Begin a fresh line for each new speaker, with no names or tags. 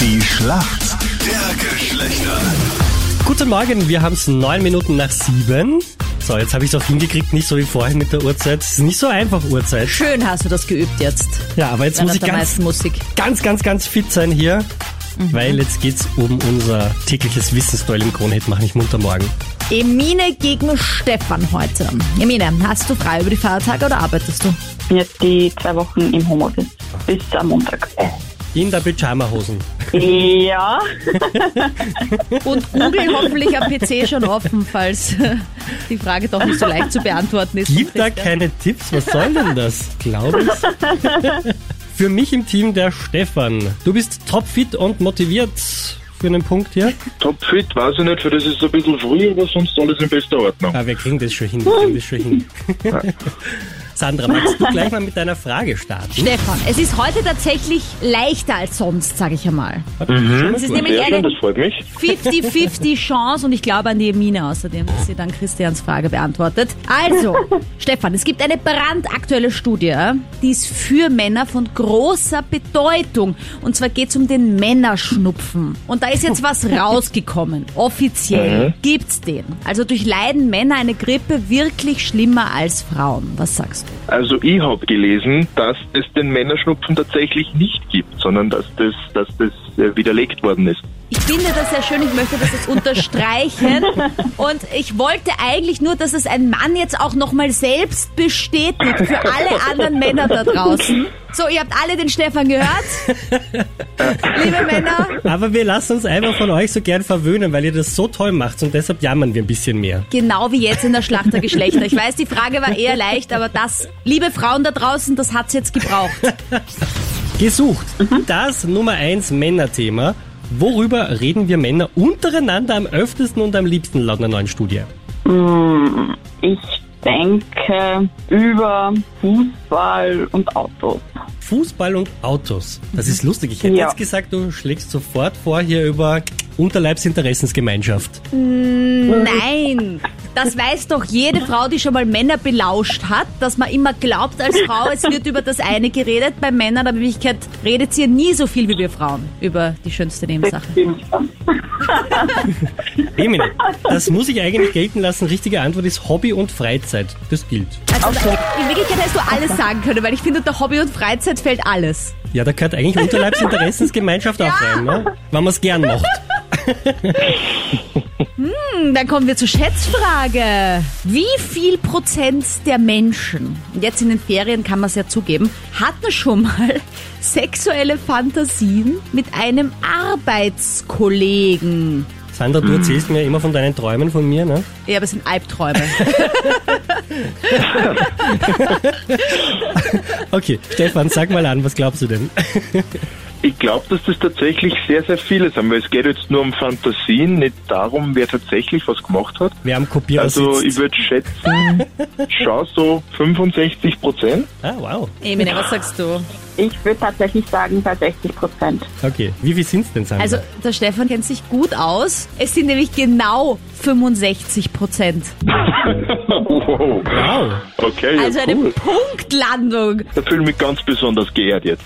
Die Schlacht der Geschlechter.
Guten Morgen, wir haben es neun Minuten nach sieben. So, jetzt habe ich es auch hingekriegt, nicht so wie vorhin mit der Uhrzeit. Es ist nicht so einfach Uhrzeit.
Schön hast du das geübt jetzt.
Ja, aber jetzt muss
Während
ich
der
ganz,
meisten Mhm. Musik.
ganz, ganz, ganz fit sein hier, weil jetzt geht's um unser tägliches Wissensduell im Kronhit. Mach mich munter morgen.
Emine gegen Stefan heute. Emine, hast du frei über die Feiertage oder arbeitest du?
bin jetzt die zwei Wochen im Homeoffice. Bis am Montag.
In der Pyjama-Hosen.
Ja,
Und Google hoffentlich am PC schon offen, falls die Frage doch nicht so leicht zu beantworten ist.
Gib da keine Tipps, was soll denn das? Glaub ich's. Für mich im Team der Stefan. Du bist topfit und motiviert für einen Punkt hier.
Topfit, weiß ich nicht, für das ist es ein bisschen früh, aber sonst alles in bester Ordnung.
Ah, wir kriegen das schon hin, wir kriegen das schon hin. Sandra, magst du gleich mal mit deiner Frage starten?
Stefan, es ist heute tatsächlich leichter als sonst, sage ich einmal. Es ist nämlich
Mhm. Sehr schön,
eine
das freut mich.
50-50 Chance und ich glaube an die Emine außerdem, dass sie dann Christians Frage beantwortet. Also, Stefan, es gibt eine brandaktuelle Studie, die ist für Männer von großer Bedeutung. Und zwar geht es um den Männerschnupfen. Und da ist jetzt was rausgekommen. Offiziell gibt's den. Also durchleiden Männer eine Grippe wirklich schlimmer als Frauen. Was sagst du?
Also ich habe gelesen, dass es den Männerschnupfen tatsächlich nicht gibt, sondern dass das, dass das äh, widerlegt worden ist.
Ich finde das sehr schön, ich möchte das jetzt unterstreichen. Und ich wollte eigentlich nur, dass es ein Mann jetzt auch nochmal selbst bestätigt für alle anderen Männer da draußen. So, ihr habt alle den Stefan gehört. Liebe Männer,
Aber wir lassen uns einfach von euch so gern verwöhnen, weil ihr das so toll macht und deshalb jammern wir ein bisschen mehr.
genau wie jetzt in der Schlacht der Geschlechter. Ich weiß, die Frage war eher leicht, aber das, liebe Frauen da draußen, das hat's jetzt gebraucht.
Gesucht. Das Nummer 1 Männerthema. Worüber reden wir Männer untereinander am öftesten und am liebsten laut einer neuen Studie?
ich denke über Fußball und Autos.
Fußball und Autos. Das ist lustig. Ich hätte
Ja.
jetzt gesagt, du schlägst sofort vor hier über Unterleibsinteressensgemeinschaft.
Nein! Das weiß doch jede Frau, die schon mal Männer belauscht hat, dass man immer glaubt als Frau, es wird über das eine geredet. Bei Männern, aber in Wirklichkeit redet ihr nie so viel wie wir Frauen über die schönste Nebensache.
Stimmt.
Emine, das muss ich eigentlich gelten lassen. Richtige Antwort ist Hobby und Freizeit. Das gilt.
Also in Wirklichkeit hättest du alles sagen können, weil ich finde, unter Hobby und Freizeit fällt alles.
Ja, da gehört eigentlich Unterleibsinteressensgemeinschaft auch rein, ne? Wenn man es gern macht.
Und Hm, dann kommen wir zur Schätzfrage. Wie viel Prozent der Menschen, und jetzt in den Ferien kann man es ja zugeben, hatten schon mal sexuelle Fantasien mit einem Arbeitskollegen?
Sandra,
Mhm.
du erzählst mir immer von deinen Träumen von mir, ne?
Ja, aber es sind Albträume.
Okay, Stefan, sag mal an, was glaubst du denn?
Ich glaube, dass das tatsächlich sehr, sehr viele sind, weil es geht jetzt nur um Fantasien, nicht darum, wer tatsächlich was gemacht hat.
Wer am Kopierer
Also ich
sitzt.
würde schätzen, schau so 65 Prozent.
Ah, wow.
Emine, was sagst du?
Ich würde tatsächlich sagen, bei 60 Prozent.
Okay, wie viel sind's denn, Sandra?
Also, der Stefan kennt sich gut aus. Es sind nämlich genau 65 Prozent.
wow.
wow.
Okay, ja,
Also eine
cool.
Punktlandung.
Da fühle ich mich ganz besonders geehrt jetzt.